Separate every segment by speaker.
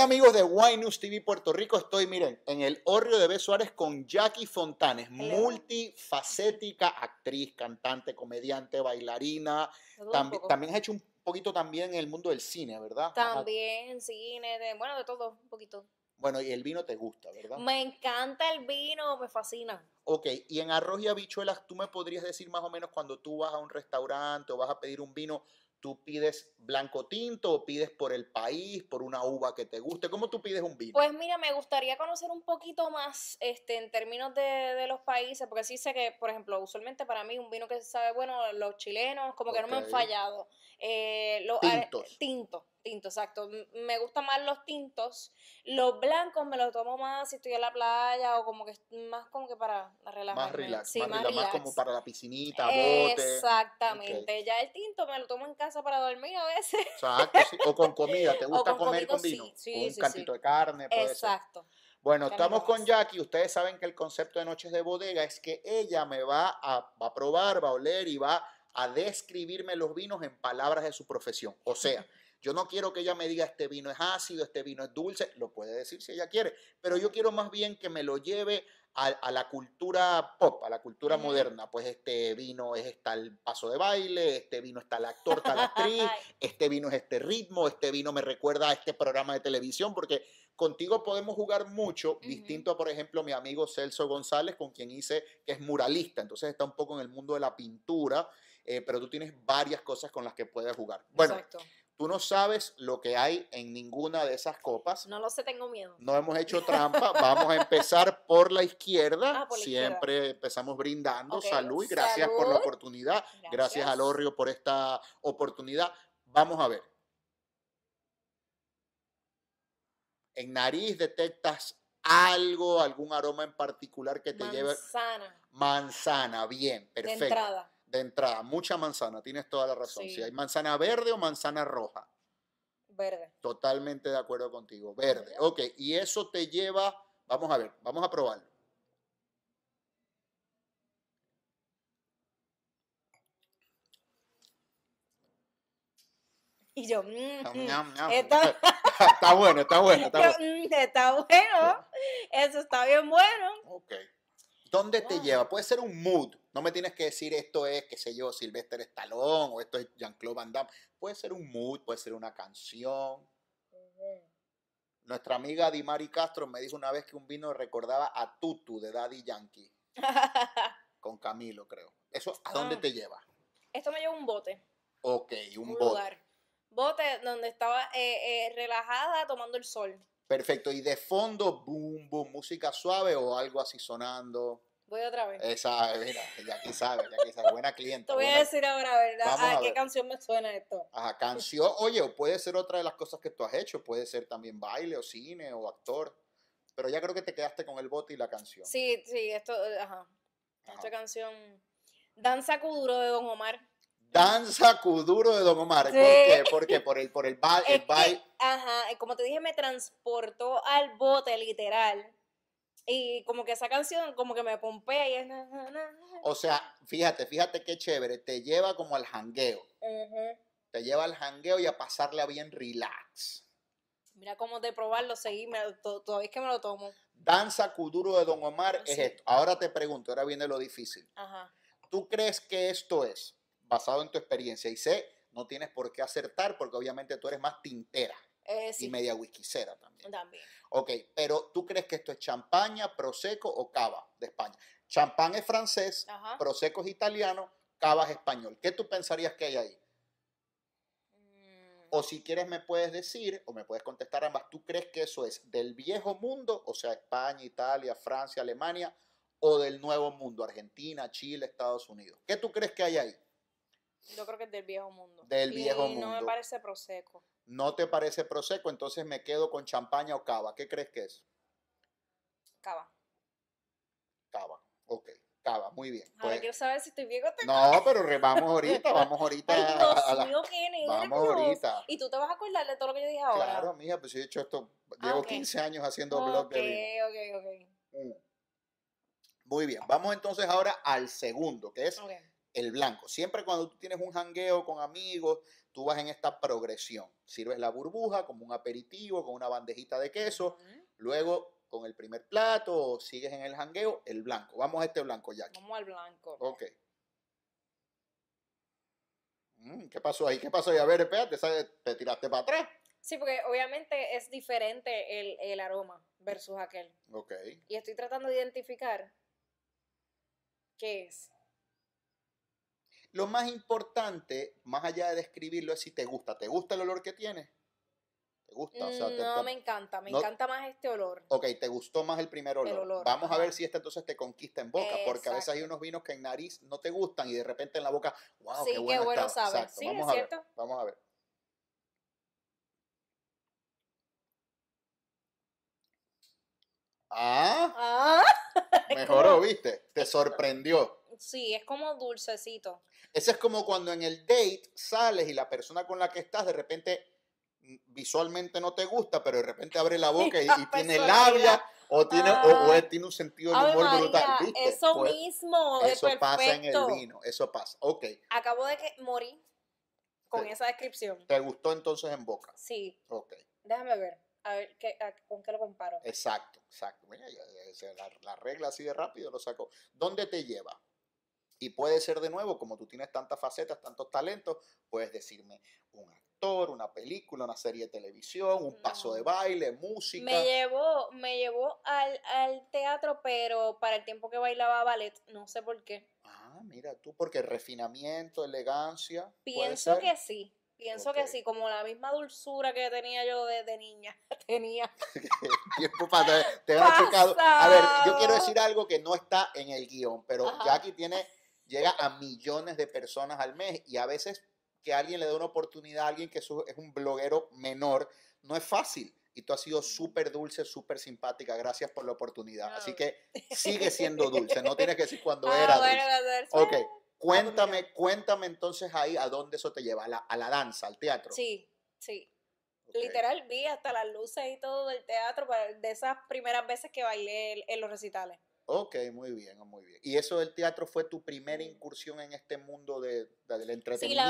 Speaker 1: amigos de Wine News TV Puerto Rico, estoy, miren, en el Orrio de B. Suárez con Jackie Fontanes,
Speaker 2: Hello.
Speaker 1: multifacética actriz, cantante, comediante, bailarina.
Speaker 2: Todo un
Speaker 1: Tambi-
Speaker 2: poco.
Speaker 1: también has hecho un poquito también en el mundo del cine, ¿verdad? Ajá.
Speaker 2: También, cine, de, bueno, de todo, un poquito.
Speaker 1: Bueno, y el vino te gusta, ¿verdad?
Speaker 2: Me encanta el vino, me fascina.
Speaker 1: Ok, y en arroz y habichuelas, ¿tú me podrías decir más o menos cuando tú vas a un restaurante o vas a pedir un vino, tú pides blanco tinto o pides por el país, por una uva que te guste? ¿Cómo tú pides un vino?
Speaker 2: Pues mira, me gustaría conocer un poquito más este, en términos de, de los países, porque sí sé que, por ejemplo, usualmente para mí un vino que se sabe, bueno, los chilenos como que no me han
Speaker 1: Ok.
Speaker 2: fallado. Eh, los ar-
Speaker 1: Tintos.
Speaker 2: Tinto, tinto, exacto. M- Me gustan más los tintos. Los blancos me los tomo más si estoy en la playa o como que es más como que para relajarme.
Speaker 1: más relax,
Speaker 2: Sí,
Speaker 1: más, relax, más como
Speaker 2: relax.
Speaker 1: para la piscinita, bote.
Speaker 2: Exactamente. Ya el tinto me lo tomo en casa para dormir a veces.
Speaker 1: Exacto, sí, O con comida, ¿te gusta
Speaker 2: con
Speaker 1: comer con
Speaker 2: comida,
Speaker 1: vino?
Speaker 2: sí, sí,
Speaker 1: Con un
Speaker 2: sí, sí.
Speaker 1: cantito de carne, puede ser.
Speaker 2: Exacto.
Speaker 1: Bueno,
Speaker 2: Ya me
Speaker 1: estamos con
Speaker 2: conoces.
Speaker 1: Jackie. Ustedes saben que el concepto de Noches de Bodega es que ella me va a, va a probar, va a oler y va a describirme los vinos en palabras de su profesión. O sea, yo no quiero que ella me diga este vino es ácido, este vino es dulce, lo puede decir si ella quiere, pero yo quiero más bien que me lo lleve a, a la cultura pop, a la cultura
Speaker 2: Ujú.
Speaker 1: moderna. Pues este vino es tal paso de baile, este vino es tal actor, tal actriz, este vino es este ritmo, este vino me recuerda a este programa de televisión, porque contigo podemos jugar mucho, distinto a, por ejemplo, mi amigo Celso González, con quien hice, que es muralista, entonces está un poco en el mundo de la pintura, eh, pero tú tienes varias cosas con las que puedes jugar. Bueno,
Speaker 2: Exacto.
Speaker 1: tú no sabes lo que hay en ninguna de esas copas.
Speaker 2: No lo sé, tengo miedo.
Speaker 1: No hemos hecho trampa, vamos a empezar por la izquierda.
Speaker 2: Ah, por la izquierda.
Speaker 1: Siempre empezamos brindando.
Speaker 2: Ok,
Speaker 1: Salud y gracias por la
Speaker 2: salud.
Speaker 1: oportunidad. Gracias al Orrio por esta oportunidad. Vamos a ver. En nariz detectas algo, algún aroma en particular que te lleve
Speaker 2: Manzana
Speaker 1: manzana. Bien, perfecto.
Speaker 2: de entrada.
Speaker 1: De entrada, mucha manzana, tienes toda la razón. Si
Speaker 2: Sí.
Speaker 1: hay manzana verde o manzana roja.
Speaker 2: Verde.
Speaker 1: Totalmente de acuerdo contigo. Verde. Ok, y eso te lleva, vamos a ver, vamos a probarlo.
Speaker 2: Y yo, mm,
Speaker 1: Ñam,
Speaker 2: mm,
Speaker 1: ñam, ñam.
Speaker 2: Está-
Speaker 1: Está bueno, está bueno, está
Speaker 2: yo,
Speaker 1: bueno.
Speaker 2: mm, está bueno. Eso está bien bueno.
Speaker 1: Ok. ¿Dónde te
Speaker 2: Wow.
Speaker 1: lleva? Puede ser un mood. No me tienes que decir esto es, qué sé yo, Sylvester Stallone o esto es Jean-Claude Van Damme. Puede ser un mood, puede ser una canción. Nuestra amiga Dimari Castro me dijo una vez que un vino recordaba a Tutu de Daddy Yankee con Camilo, creo. ¿Eso a dónde
Speaker 2: Ah.
Speaker 1: te lleva?
Speaker 2: Esto me lleva a un bote.
Speaker 1: Ok, un,
Speaker 2: Un,
Speaker 1: bote.
Speaker 2: lugar. Bote donde estaba eh, eh, relajada tomando el sol.
Speaker 1: Perfecto. Y de fondo, boom, boom, música suave o algo así sonando.
Speaker 2: Voy otra
Speaker 1: Eh,
Speaker 2: vez.
Speaker 1: Esa, mira, Jackie sabe, Jackie sabe. Buena clienta.
Speaker 2: Te voy a
Speaker 1: buena-
Speaker 2: decir ahora, ¿verdad?
Speaker 1: Vamos
Speaker 2: Ah,
Speaker 1: a
Speaker 2: ¿Qué
Speaker 1: ver.
Speaker 2: canción me suena esto?
Speaker 1: Ajá, canción, oye, o puede ser otra de las cosas que tú has hecho, puede ser también baile o cine o actor, pero ya creo que te quedaste con el bote y la canción.
Speaker 2: Sí, sí, esto, eh, ajá.
Speaker 1: Ajá.
Speaker 2: Esta canción. Danza Kuduro de Don Omar.
Speaker 1: Danza Kuduro de Don Omar, ¿por
Speaker 2: Sí.
Speaker 1: qué? Porque por el, por el, ba- el
Speaker 2: Es que,
Speaker 1: baile,
Speaker 2: ajá, eh, como te dije, me transportó al bote, literal. Y como que esa canción, como que me pompea y es. na, na, na.
Speaker 1: o sea, fíjate, fíjate qué chévere, te lleva como al jangueo,
Speaker 2: Ujú.
Speaker 1: te lleva al jangueo y a pasarla bien relax.
Speaker 2: Mira cómo de probarlo, seguí, me lo to- todavía es que me lo tomo.
Speaker 1: Danza Kuduro de Don Omar es
Speaker 2: Sí.
Speaker 1: esto. Ahora te pregunto, ahora viene lo difícil.
Speaker 2: Ajá.
Speaker 1: ¿Tú crees que esto es, basado en tu experiencia, y sé, no tienes por qué acertar porque obviamente tú eres más tintera?
Speaker 2: Eh, sí,
Speaker 1: y media whiskycera también.
Speaker 2: también.
Speaker 1: Ok, pero ¿tú crees que esto es champaña, prosecco o cava de España? Champán es francés,
Speaker 2: Ajá.
Speaker 1: prosecco es italiano, cava es español. ¿Qué tú pensarías que hay ahí?
Speaker 2: Mm,
Speaker 1: O si quieres me puedes decir o me puedes contestar ambas, ¿tú crees que eso es del viejo mundo, o sea, España, Italia, Francia, Alemania, o del nuevo mundo, Argentina, Chile, Estados Unidos? ¿Qué tú crees que hay ahí?
Speaker 2: Yo creo que es del viejo mundo.
Speaker 1: Del viejo
Speaker 2: Y no me
Speaker 1: mundo.
Speaker 2: parece proseco.
Speaker 1: ¿No te parece prosecco? Entonces me quedo con champaña o cava. ¿Qué crees que es?
Speaker 2: Cava.
Speaker 1: Cava. Ok, cava, muy bien.
Speaker 2: Ahora
Speaker 1: Pues-
Speaker 2: quiero saber si estoy viejo o te-
Speaker 1: No, pero re- vamos ahorita, vamos ahorita.
Speaker 2: Ay,
Speaker 1: a- pues, a
Speaker 2: Dios
Speaker 1: la-
Speaker 2: mío, qué nervios.
Speaker 1: vamos ahorita.
Speaker 2: Y tú te vas a acordar de todo lo que yo dije ahora.
Speaker 1: Claro, mija, pues yo he hecho esto,
Speaker 2: Ah,
Speaker 1: llevo
Speaker 2: ok. Ah,
Speaker 1: 15 años haciendo blog
Speaker 2: Ok,
Speaker 1: de vino.
Speaker 2: ok, ok.
Speaker 1: Mm. Muy bien, vamos entonces ahora al segundo, que es
Speaker 2: Ok.
Speaker 1: el blanco. Siempre cuando tú tienes un jangueo con amigos, tú vas en esta progresión. Sirves la burbuja como un aperitivo, con una bandejita de queso.
Speaker 2: Ujú.
Speaker 1: Luego, con el primer plato, o sigues en el jangueo, el blanco. Vamos a este blanco, Jackie.
Speaker 2: Vamos al blanco.
Speaker 1: Ok. Mm, ¿Qué pasó ahí? ¿Qué pasó ahí? A ver, espérate, ¿sabes? te tiraste para atrás.
Speaker 2: Sí, porque obviamente es diferente el, el aroma versus aquel.
Speaker 1: Ok.
Speaker 2: Y estoy tratando de identificar qué es.
Speaker 1: Lo más importante, más allá de describirlo, es si te gusta. ¿Te gusta el olor que tiene? ¿Te gusta? O sea, te-
Speaker 2: Mm, no
Speaker 1: te-
Speaker 2: me encanta, me
Speaker 1: no- Oh,
Speaker 2: encanta más este olor.
Speaker 1: Ok, te gustó más el primer olor.
Speaker 2: olor,
Speaker 1: Vamos a ver
Speaker 2: ajá.
Speaker 1: si este entonces te conquista en boca, porque a veces hay
Speaker 2: Exacto.
Speaker 1: unos vinos que en nariz no te gustan y de repente en la boca, wow,
Speaker 2: sí,
Speaker 1: qué
Speaker 2: qué
Speaker 1: bueno,
Speaker 2: bueno
Speaker 1: estaba".
Speaker 2: sabe.
Speaker 1: Exacto,
Speaker 2: Sí,
Speaker 1: vamos
Speaker 2: es
Speaker 1: a ver,
Speaker 2: cierto.
Speaker 1: vamos a ver. Ah,
Speaker 2: Ah,
Speaker 1: mejoró,
Speaker 2: como-
Speaker 1: ¿viste? Te sorprendió.
Speaker 2: sí, es como dulcecito.
Speaker 1: Eso es como cuando en el date sales y la persona con la que estás de repente mm, visualmente no te gusta, pero de repente abre la boca y,
Speaker 2: la
Speaker 1: y tiene
Speaker 2: personalidad.
Speaker 1: labia o tiene, o- o,
Speaker 2: Ah.
Speaker 1: es- tiene un sentido del
Speaker 2: Ave
Speaker 1: humor
Speaker 2: María,
Speaker 1: brutal. ¿viste?
Speaker 2: eso
Speaker 1: Pues,
Speaker 2: mismo, es
Speaker 1: eso pasa en el
Speaker 2: perfecto.
Speaker 1: vino, eso pasa. Ok,
Speaker 2: Acabo de que morí con
Speaker 1: Sí.
Speaker 2: esa descripción.
Speaker 1: te gustó entonces en boca.
Speaker 2: Sí,
Speaker 1: Ok,
Speaker 2: déjame ver, a ver qué, a- con qué lo comparo.
Speaker 1: exacto, exacto. Mira, ya- ya- se la, la regla así de rápido lo sacó. ¿Dónde te lleva? Y puede ser de nuevo, como tú tienes tantas facetas, tantos talentos, puedes decirme un actor, una película, una serie de televisión, un paso de
Speaker 2: No.
Speaker 1: baile, música.
Speaker 2: Me llevó, me llevó al, al teatro, pero para el tiempo que bailaba ballet, no sé por qué.
Speaker 1: Ah, mira tú, porque refinamiento, elegancia.
Speaker 2: Pienso que
Speaker 1: que
Speaker 2: sí, pienso que
Speaker 1: Ok.
Speaker 2: sí, como la misma dulzura que tenía yo desde niña, tenía.
Speaker 1: Tiempo para te van a checar. A ver, yo quiero
Speaker 2: Pasado.
Speaker 1: decir algo que no está en el guión, pero
Speaker 2: Ajá.
Speaker 1: Jackie tiene, llega a millones de personas al mes y a veces que alguien le dé una oportunidad a alguien que su- es un bloguero menor, no es fácil. Y tú has sido súper dulce, súper simpática. Gracias por la oportunidad. Así
Speaker 2: Ah.
Speaker 1: que sigue siendo dulce. No tienes que decir cuando
Speaker 2: Ah, pues
Speaker 1: era
Speaker 2: bueno,
Speaker 1: dulce.
Speaker 2: cuando
Speaker 1: Ok,
Speaker 2: era-
Speaker 1: cuéntame, cuéntame entonces ahí a dónde eso te lleva, a la, a la danza, al teatro.
Speaker 2: Sí, sí.
Speaker 1: Ok.
Speaker 2: Literal vi hasta las luces y todo del teatro para- de esas primeras veces que bailé en- en los recitales.
Speaker 1: Ok, muy bien, muy bien. ¿Y eso del teatro fue tu primera incursión en este mundo de, de- del
Speaker 2: Mm. Sí, la-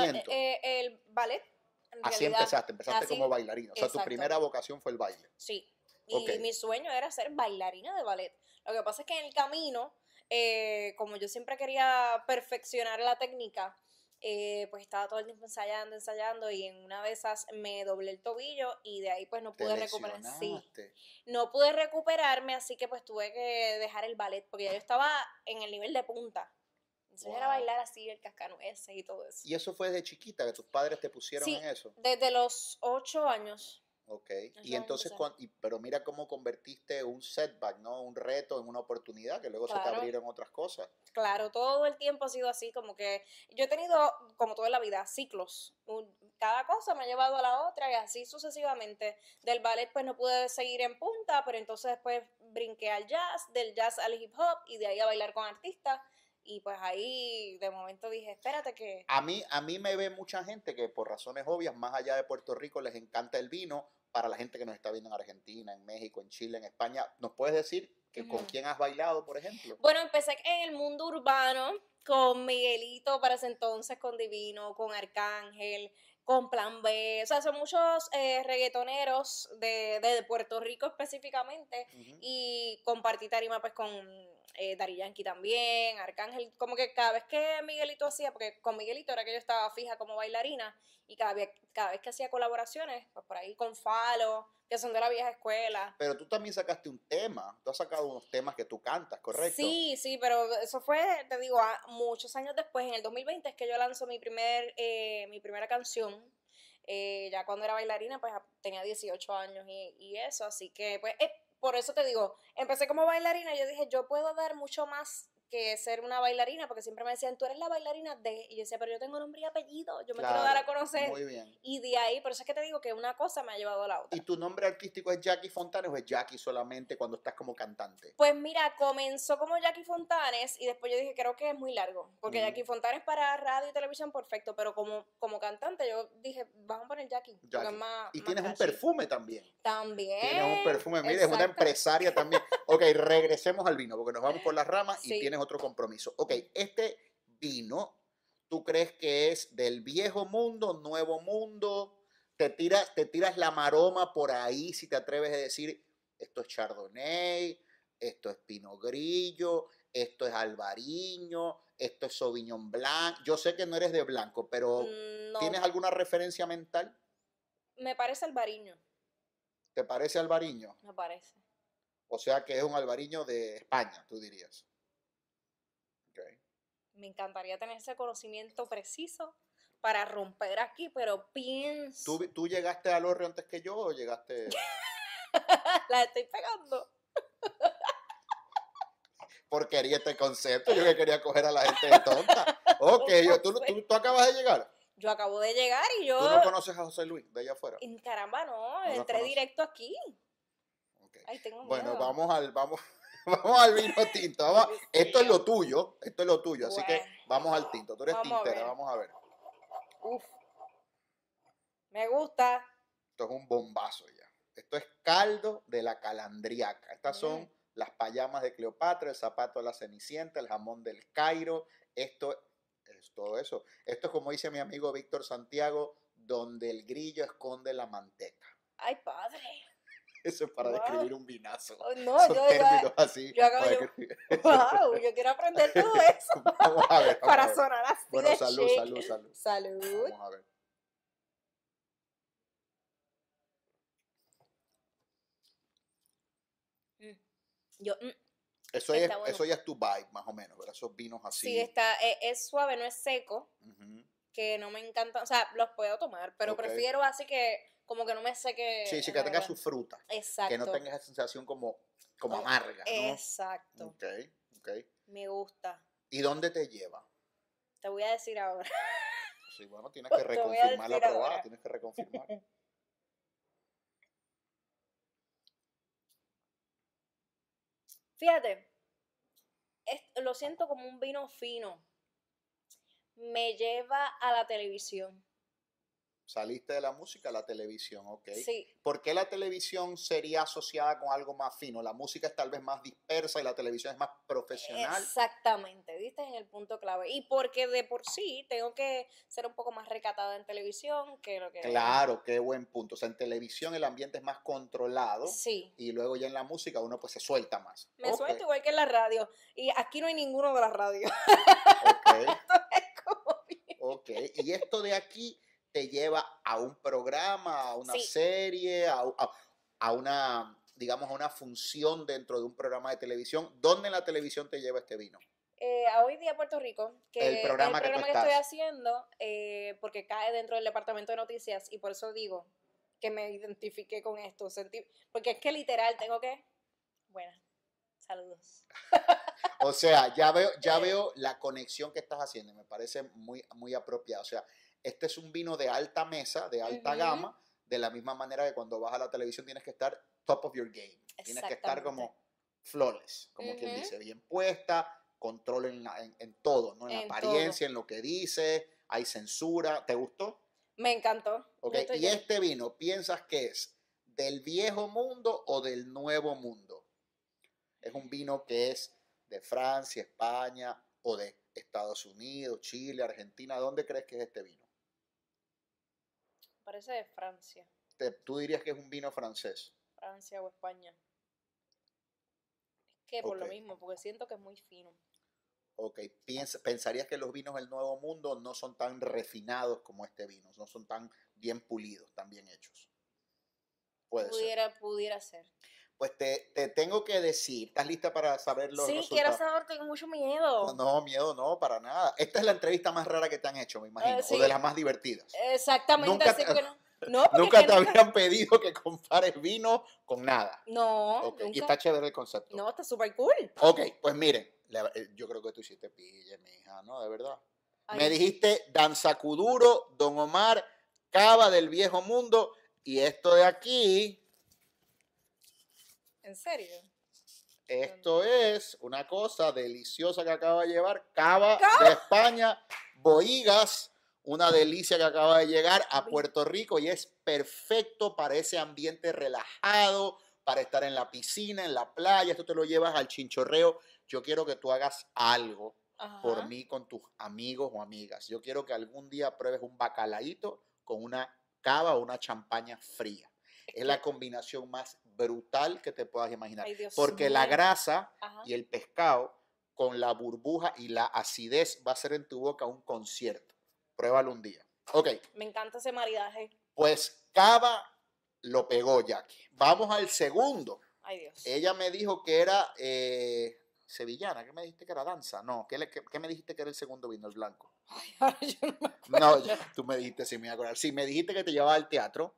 Speaker 1: entretenimiento?
Speaker 2: eh, el ballet, en
Speaker 1: Así
Speaker 2: realidad,
Speaker 1: empezaste, empezaste como
Speaker 2: así,
Speaker 1: bailarina. O sea, tu
Speaker 2: exacto.
Speaker 1: primera vocación fue el baile.
Speaker 2: Sí. Y
Speaker 1: Ok.
Speaker 2: mi sueño era ser bailarina de ballet. Lo que pasa es que en el camino, eh, como yo siempre quería perfeccionar la técnica, eh, pues estaba todo el tiempo ensayando, ensayando y en una de esas me doblé el tobillo y de ahí pues no
Speaker 1: Te
Speaker 2: pude recuperar. Sí,
Speaker 1: lesionaste.
Speaker 2: no pude recuperarme, así que pues tuve que dejar el ballet porque ya yo estaba en el nivel de punta. Entonces era
Speaker 1: Wow.
Speaker 2: bailar así, el cascanueces y todo eso.
Speaker 1: ¿Y eso fue desde chiquita que tus padres te pusieron
Speaker 2: Sí.
Speaker 1: en eso?
Speaker 2: Desde los ocho años.
Speaker 1: Ok.
Speaker 2: Eso
Speaker 1: Y
Speaker 2: es
Speaker 1: entonces,
Speaker 2: empezar.
Speaker 1: cuan- y- pero mira cómo convertiste un setback, ¿no? Un reto en una oportunidad, que luego se te
Speaker 2: Claro.
Speaker 1: abrieron otras cosas.
Speaker 2: Claro, todo el tiempo ha sido así, como que yo he tenido, como toda la vida, ciclos. Un- cada cosa me ha llevado a la otra y así sucesivamente. Del ballet pues no pude seguir en punta, pero entonces después brinqué al jazz, del jazz al hip hop y de ahí a bailar con artistas. Y pues ahí de momento dije, espérate que...
Speaker 1: A mí, a mí me ve mucha gente que por razones obvias, más allá de Puerto Rico, les encanta el vino. Para la gente que nos está viendo en Argentina, en México, en Chile, en España, ¿nos puedes decir que con
Speaker 2: Ujú.
Speaker 1: quién has bailado, por ejemplo?
Speaker 2: Bueno, empecé en el mundo urbano con Miguelito para ese entonces, con Divino, con Arcángel, con Plan B. O sea, son muchos eh, reggaetoneros de, de Puerto Rico específicamente.
Speaker 1: Ujú.
Speaker 2: Y compartí tarima pues con eh, Daddy Yankee también, Arcángel. Como que cada vez que Miguelito hacía, porque con Miguelito era que yo estaba fija como bailarina, y cada vez, cada vez que hacía colaboraciones, pues por ahí con Falo, que son de la vieja escuela.
Speaker 1: Pero tú también sacaste un tema, tú has sacado unos temas que tú cantas, ¿correcto?
Speaker 2: Sí, sí, pero eso fue, te digo, a- muchos años después, en el 2020 es que yo lanzo mi primer, eh, mi primera canción. eh, ya cuando era bailarina, pues a- tenía 18 años y, y eso, así que, pues, eh, por eso te digo, empecé como bailarina, yo dije, yo puedo dar mucho más que ser una bailarina, porque siempre me decían, tú eres la bailarina de, y yo decía, pero yo tengo nombre y apellido, yo me quiero dar a
Speaker 1: Claro,
Speaker 2: conocer,
Speaker 1: Muy bien.
Speaker 2: y de ahí, por eso es que te digo que una cosa me ha llevado a la otra.
Speaker 1: ¿Y tu nombre artístico es Jackie Fontanes o es Jackie solamente cuando estás como cantante?
Speaker 2: Pues mira, comenzó como Jackie Fontanes y después yo dije, creo que es muy largo, porque
Speaker 1: Ujú.
Speaker 2: Jackie Fontanes para radio y televisión perfecto, pero como, como cantante yo dije, vamos a poner Jackie. porque
Speaker 1: Jackie.
Speaker 2: es más-
Speaker 1: Y
Speaker 2: más
Speaker 1: tienes un
Speaker 2: catchy".
Speaker 1: perfume también.
Speaker 2: También.
Speaker 1: Tienes un perfume, mira, es una
Speaker 2: exacto.
Speaker 1: empresaria también. Ok, regresemos al vino, porque nos vamos por las ramas y
Speaker 2: Sí.
Speaker 1: tienes otro compromiso. Ok, este vino ¿Tú crees que es del viejo mundo, nuevo mundo? Te tiras, te tiras la maroma por ahí si te atreves a decir, esto es Chardonnay, esto es Pinot Grillo, esto es Albariño, esto es Sauvignon Blanc. Yo sé que no eres de blanco, pero
Speaker 2: Mm, No,
Speaker 1: ¿tienes alguna referencia mental?
Speaker 2: me parece albariño,
Speaker 1: ¿Te parece Albariño?
Speaker 2: me parece.
Speaker 1: O sea que es un Albariño de España, tú dirías. Ok.
Speaker 2: Me encantaría tener ese conocimiento preciso para romper aquí, pero pienso,
Speaker 1: ¿Tú, tú llegaste al orrio antes que yo o llegaste...?
Speaker 2: la estoy pegando.
Speaker 1: porquería este concepto. Yo que quería coger a la gente de tonta. Ok, yo, tú, tú, tú acabas de llegar.
Speaker 2: Yo acabo de llegar y yo,
Speaker 1: Tú no conoces a José Luis de allá afuera.
Speaker 2: en caramba, no,
Speaker 1: No lo
Speaker 2: entré
Speaker 1: conoces.
Speaker 2: directo aquí.
Speaker 1: Ok.
Speaker 2: Ay, tengo
Speaker 1: Bueno,
Speaker 2: miedo.
Speaker 1: vamos al, vamos, vamos al vino tinto. vamos a- esto es lo tuyo, esto es lo tuyo. Así que
Speaker 2: Bueno.
Speaker 1: vamos al tinto. Tú eres
Speaker 2: Vamos a
Speaker 1: tintera,
Speaker 2: ver.
Speaker 1: vamos a ver.
Speaker 2: Uf. Me gusta.
Speaker 1: Esto es un bombazo ya. Esto es caldo de la calandriaca. Estas
Speaker 2: Mm.
Speaker 1: son las payamas de Cleopatra, el zapato de la Cenicienta, el jamón del Cairo. Esto es todo eso. Esto es como dice mi amigo Víctor Santiago, donde el grillo esconde la manteca.
Speaker 2: Ay, padre.
Speaker 1: Eso es para
Speaker 2: Wow.
Speaker 1: describir un vinazo.
Speaker 2: Oh, no,
Speaker 1: Son
Speaker 2: yo,
Speaker 1: términos así.
Speaker 2: yo acabo
Speaker 1: para
Speaker 2: yo-
Speaker 1: describir.
Speaker 2: wow, yo quiero aprender todo eso
Speaker 1: Vamos a ver. vamos a
Speaker 2: para
Speaker 1: ver.
Speaker 2: sonar así
Speaker 1: Bueno,
Speaker 2: de
Speaker 1: salud,
Speaker 2: chic.
Speaker 1: salud, salud.
Speaker 2: Salud.
Speaker 1: Vamos a ver.
Speaker 2: Mm. Yo, mm,
Speaker 1: Eso ya, es,
Speaker 2: Está bueno.
Speaker 1: eso ya es tu vibe, más o menos, ¿verdad? Esos vinos así.
Speaker 2: sí, está, e- es, suave, no es seco,
Speaker 1: Ujú.
Speaker 2: que no me encanta, o sea, los puedo tomar, pero
Speaker 1: Ok.
Speaker 2: prefiero así que como que no me seque.
Speaker 1: Sí, sí,
Speaker 2: en
Speaker 1: que
Speaker 2: eh, la
Speaker 1: tenga su
Speaker 2: garganta.
Speaker 1: fruta.
Speaker 2: Exacto.
Speaker 1: que no tenga esa sensación como, como
Speaker 2: Oh,
Speaker 1: amarga, ¿no? Mm.
Speaker 2: Exacto.
Speaker 1: Ok, ok.
Speaker 2: Me gusta.
Speaker 1: ¿Y dónde te lleva?
Speaker 2: Te voy a decir ahora.
Speaker 1: Sí, bueno, tienes
Speaker 2: Te
Speaker 1: que
Speaker 2: voy a
Speaker 1: reconfirmar la
Speaker 2: decir
Speaker 1: probada,
Speaker 2: ahora.
Speaker 1: tienes que reconfirmar.
Speaker 2: Fíjate, es- lo siento como un vino fino. Me lleva a la televisión.
Speaker 1: Saliste de la música a la televisión, ok.
Speaker 2: Sí.
Speaker 1: ¿Por qué la televisión sería asociada con algo más fino? La música es tal vez más dispersa y la televisión es más profesional.
Speaker 2: Exactamente, diste en el punto clave. Y porque de por sí tengo que ser un poco más recatada en televisión que lo que...
Speaker 1: Claro, qué buen punto. O sea, en televisión el ambiente es más controlado
Speaker 2: Sí,
Speaker 1: y luego ya en la música uno pues se suelta más.
Speaker 2: me
Speaker 1: Ok,
Speaker 2: suelto igual que en la radio. Y aquí no hay ninguno de las radios.
Speaker 1: ok.
Speaker 2: Es como bien-
Speaker 1: Ok, y esto de aquí te lleva a un programa, a una
Speaker 2: Sí.
Speaker 1: serie, a, u- a- a una, digamos, a una función dentro de un programa de televisión. ¿Dónde en la televisión te lleva este vino?
Speaker 2: Eh, a hoy día Puerto Rico, que
Speaker 1: El
Speaker 2: es
Speaker 1: programa que tú
Speaker 2: programa que estoy
Speaker 1: estás.
Speaker 2: haciendo, eh, porque cae dentro del departamento de noticias y por eso digo que me identifiqué con esto. sentí- porque es que literal tengo que... Buenas, saludos.
Speaker 1: O sea, ya veo,
Speaker 2: Eh.
Speaker 1: ya veo la conexión que estás haciendo, y me parece muy, muy apropiada. O sea, este es un vino de alta mesa, de alta
Speaker 2: Ujú.
Speaker 1: gama, de la misma manera que cuando vas a la televisión tienes que estar top of your game. Tienes que estar
Speaker 2: Exactamente.
Speaker 1: como flores, como quien
Speaker 2: Ujú.
Speaker 1: dice, bien puesta, control en, la- en- en todo, ¿no? En,
Speaker 2: En
Speaker 1: la
Speaker 2: todo.
Speaker 1: apariencia, en lo que dice, hay censura. ¿Te gustó?
Speaker 2: Me encantó. yo
Speaker 1: Ok,
Speaker 2: estoy
Speaker 1: ¿Y
Speaker 2: llena.
Speaker 1: este vino, piensas que es del viejo mundo o del nuevo mundo? Es un vino que es de Francia, España o de Estados Unidos, Chile, Argentina. ¿Dónde crees que es este vino?
Speaker 2: Parece de Francia.
Speaker 1: Te- tú dirías que es un vino francés.
Speaker 2: Francia o España. Es que por
Speaker 1: Ok.
Speaker 2: lo mismo, porque siento que es muy fino.
Speaker 1: Ok, piens- pensarías que los vinos del Nuevo Mundo no son tan refinados como este vino, no son tan bien pulidos, tan bien hechos. Puede ser.
Speaker 2: Pudiera, pudiera ser.
Speaker 1: Pues te, te tengo que decir, ¿estás lista para saber los
Speaker 2: sí, quiero
Speaker 1: resultados?
Speaker 2: saber, tengo mucho
Speaker 1: No,
Speaker 2: miedo.
Speaker 1: no, miedo, no, para nada. Esta es la entrevista más rara que te han hecho, me imagino,
Speaker 2: Eh, sí.
Speaker 1: o de las más divertidas.
Speaker 2: Exactamente,
Speaker 1: Nunca
Speaker 2: así
Speaker 1: te-
Speaker 2: que no. No, porque
Speaker 1: nunca
Speaker 2: es
Speaker 1: te
Speaker 2: que nunca-
Speaker 1: habían pedido que compares vino con nada.
Speaker 2: No,
Speaker 1: Ok, Y
Speaker 2: nunca.
Speaker 1: está chévere el concepto.
Speaker 2: No, está súper cool.
Speaker 1: Ok, pues miren, la- eh, yo creo que tú hiciste pille, mija, ¿no? De verdad. Me
Speaker 2: Ay,
Speaker 1: dijiste Danza Cuduro, Don Omar, Cava del Viejo Mundo y esto de aquí,
Speaker 2: ¿En serio?
Speaker 1: esto es una cosa deliciosa que acaba de llevar Cava de España, Boigas, una delicia que acaba de llegar a Puerto Rico y es perfecto para ese ambiente relajado, para estar en la piscina, en la playa, esto te lo llevas al chinchorreo. Yo quiero que tú hagas algo
Speaker 2: Ajá.
Speaker 1: por mí con tus amigos o amigas. Yo quiero que algún día pruebes un bacalaíto con una cava o una champaña fría. Es la combinación más brutal que te puedas imaginar.
Speaker 2: Ay, Dios
Speaker 1: Porque la
Speaker 2: mío.
Speaker 1: grasa
Speaker 2: Ajá.
Speaker 1: y el pescado con la burbuja y la acidez va a ser en tu boca un concierto. Pruébalo un día. Ok,
Speaker 2: Me encanta ese maridaje.
Speaker 1: pues Cava lo pegó Jackie. Vamos al segundo.
Speaker 2: Ay, Dios.
Speaker 1: Ella me dijo que era eh, sevillana. ¿Qué me dijiste que era danza? No, ¿qué, le- qué- qué me dijiste que era el segundo vino, el blanco?
Speaker 2: Yo no me-
Speaker 1: No, ya, tú me dijiste, sí, me voy a acordar. Sí, me dijiste que te llevaba al teatro,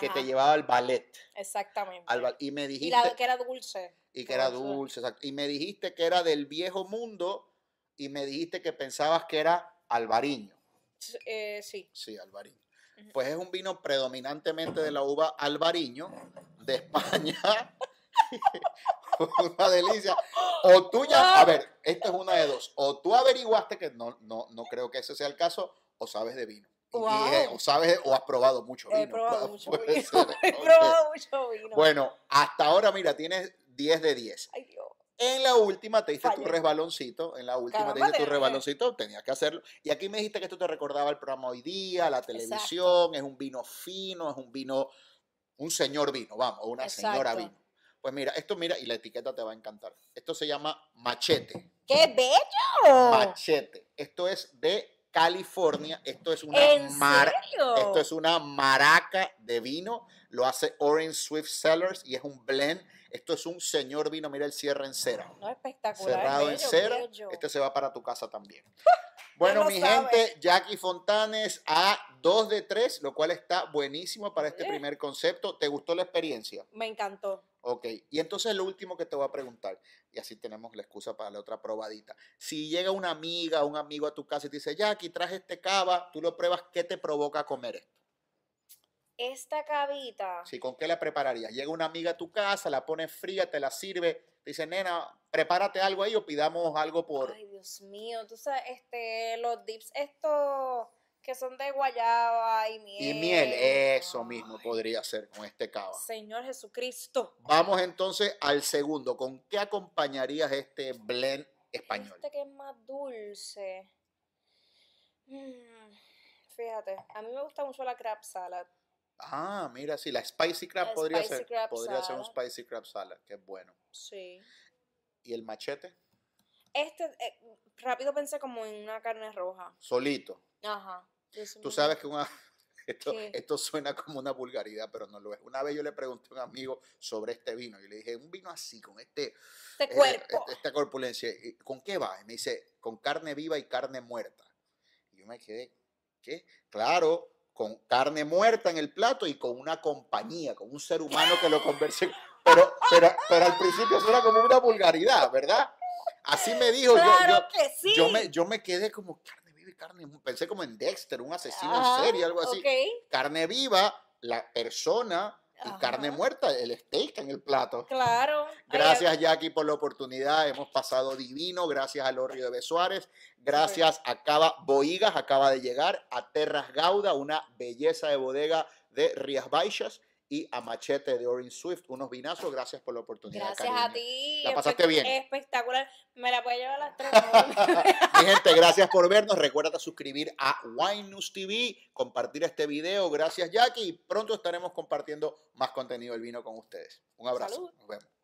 Speaker 1: que te
Speaker 2: Ajá,
Speaker 1: llevaba al ballet.
Speaker 2: Exactamente.
Speaker 1: al ba- y me
Speaker 2: y
Speaker 1: dijiste...
Speaker 2: la que era dulce.
Speaker 1: y que era
Speaker 2: Dulce.
Speaker 1: dulce, exacto. Y me dijiste que era del viejo mundo y me dijiste que pensabas que era albariño.
Speaker 2: S- eh, sí.
Speaker 1: Sí, albariño.
Speaker 2: Ujú.
Speaker 1: Pues es un vino predominantemente de la uva albariño de España. una delicia. O tú ya, a ver, esta es una de dos. O tú averiguaste que no, no, no creo que ese sea el caso, o sabes de vino. Y- y, eh,
Speaker 2: Guau.
Speaker 1: o sabes, o has probado mucho vino.
Speaker 2: He probado mucho
Speaker 1: puede
Speaker 2: vino.
Speaker 1: ser,
Speaker 2: He
Speaker 1: ok.
Speaker 2: probado mucho vino.
Speaker 1: Bueno, hasta ahora, mira, tienes 10 de 10.
Speaker 2: Ay, Dios.
Speaker 1: En la última te diste tu
Speaker 2: Fallé.
Speaker 1: resbaloncito, en la última
Speaker 2: Caramba,
Speaker 1: te diste tu
Speaker 2: tenía que-
Speaker 1: resbaloncito, tenías que hacerlo. Y aquí me dijiste que esto te recordaba el programa hoy día, la televisión, es un vino fino, es un vino, un señor vino, vamos, o una señora
Speaker 2: Exacto.
Speaker 1: vino. Pues mira, esto mira, y la etiqueta te va a encantar. Esto se llama machete,
Speaker 2: ¡Qué bello!
Speaker 1: machete. Esto es de California, esto es una
Speaker 2: ¿En
Speaker 1: mar-
Speaker 2: serio?
Speaker 1: esto es una maraca de vino, lo hace Orange Swift Sellers y es un blend. Esto es un señor vino, mira el cierre en cera
Speaker 2: No, espectacular.
Speaker 1: cerrado en
Speaker 2: bello,
Speaker 1: cera.
Speaker 2: bello.
Speaker 1: Este se va para tu casa también. Bueno,
Speaker 2: lo
Speaker 1: mi
Speaker 2: sabe.
Speaker 1: gente, Jackie Fontanes a 2 de 3, lo cual está buenísimo para este
Speaker 2: Eh.
Speaker 1: primer concepto. ¿Te gustó la experiencia?
Speaker 2: Me encantó.
Speaker 1: Ok, y entonces lo último que te voy a preguntar, y así tenemos la excusa para la otra probadita. Si llega una amiga, un amigo a tu casa y te dice, Jackie, traje este cava, tú lo pruebas, ¿qué te provoca comer esto?
Speaker 2: Esta cabita.
Speaker 1: Sí, ¿Con qué la prepararías? Llega una amiga a tu casa, la pones fría, te la sirve, te dice, nena, prepárate algo ahí o pidamos algo por,
Speaker 2: Ay, Dios mío. Tú sabes, este, los dips estos que son de guayaba y miel.
Speaker 1: Y miel, eso mismo
Speaker 2: Ay,
Speaker 1: podría ser con este cava.
Speaker 2: Señor Jesucristo.
Speaker 1: Vamos entonces al segundo. ¿Con qué acompañarías este blend español?
Speaker 2: Este que es más dulce. Mm, fíjate, a mí me gusta mucho la crab salad.
Speaker 1: Ah, mira, sí, la spicy crab
Speaker 2: La
Speaker 1: podría
Speaker 2: spicy
Speaker 1: ser.
Speaker 2: crab
Speaker 1: podría ser un
Speaker 2: salad.
Speaker 1: spicy crab salad, que es bueno.
Speaker 2: Sí.
Speaker 1: ¿Y el machete?
Speaker 2: Este, eh, rápido pensé como en una carne roja.
Speaker 1: Solito.
Speaker 2: Ajá. Yo soy
Speaker 1: Tú
Speaker 2: muy-
Speaker 1: sabes que una- esto,
Speaker 2: ¿Qué?
Speaker 1: esto suena como una vulgaridad, pero no lo es. Una vez yo le pregunté a un amigo sobre este vino y le dije, un vino así, con este,
Speaker 2: Este
Speaker 1: eh,
Speaker 2: cuerpo.
Speaker 1: este- Esta corpulencia. ¿y ¿Con qué va? Y me dice, con carne viva y carne muerta. Y yo me quedé, ¿qué? Claro, con carne muerta en el plato y con una compañía, con un ser humano que lo converse. Pero, pero, pero al principio suena como una vulgaridad, ¿verdad? Así me dijo. yo-
Speaker 2: claro
Speaker 1: yo,
Speaker 2: que sí.
Speaker 1: yo me, yo me quedé como carne viva y carne mu-". Pensé como en Dexter, un asesino
Speaker 2: Ajá,
Speaker 1: en serie, algo así.
Speaker 2: Ok,
Speaker 1: Carne viva, la persona, y carne
Speaker 2: Ajá.
Speaker 1: muerta, el steak en el plato.
Speaker 2: claro. Ay,
Speaker 1: Gracias, Jackie, por la oportunidad. Hemos pasado divino. Gracias a Lorrio de Besuárez. Gracias a Cava Boigas, acaba de llegar. A Terras Gauda, una belleza de bodega de Rías Baixas. Y a Machete de Orange Swift, unos vinazos. Gracias por la oportunidad.
Speaker 2: Gracias a
Speaker 1: cariño.
Speaker 2: ti.
Speaker 1: La pasaste
Speaker 2: espect-
Speaker 1: bien.
Speaker 2: Espectacular. Me la voy a llevar las tres. ¿no?
Speaker 1: Mi gente, gracias por vernos. Recuerda suscribir a Wine News TV, compartir este video. Gracias, Jackie. Y pronto estaremos compartiendo más contenido del vino con ustedes. Un abrazo.
Speaker 2: Salud.
Speaker 1: Nos vemos.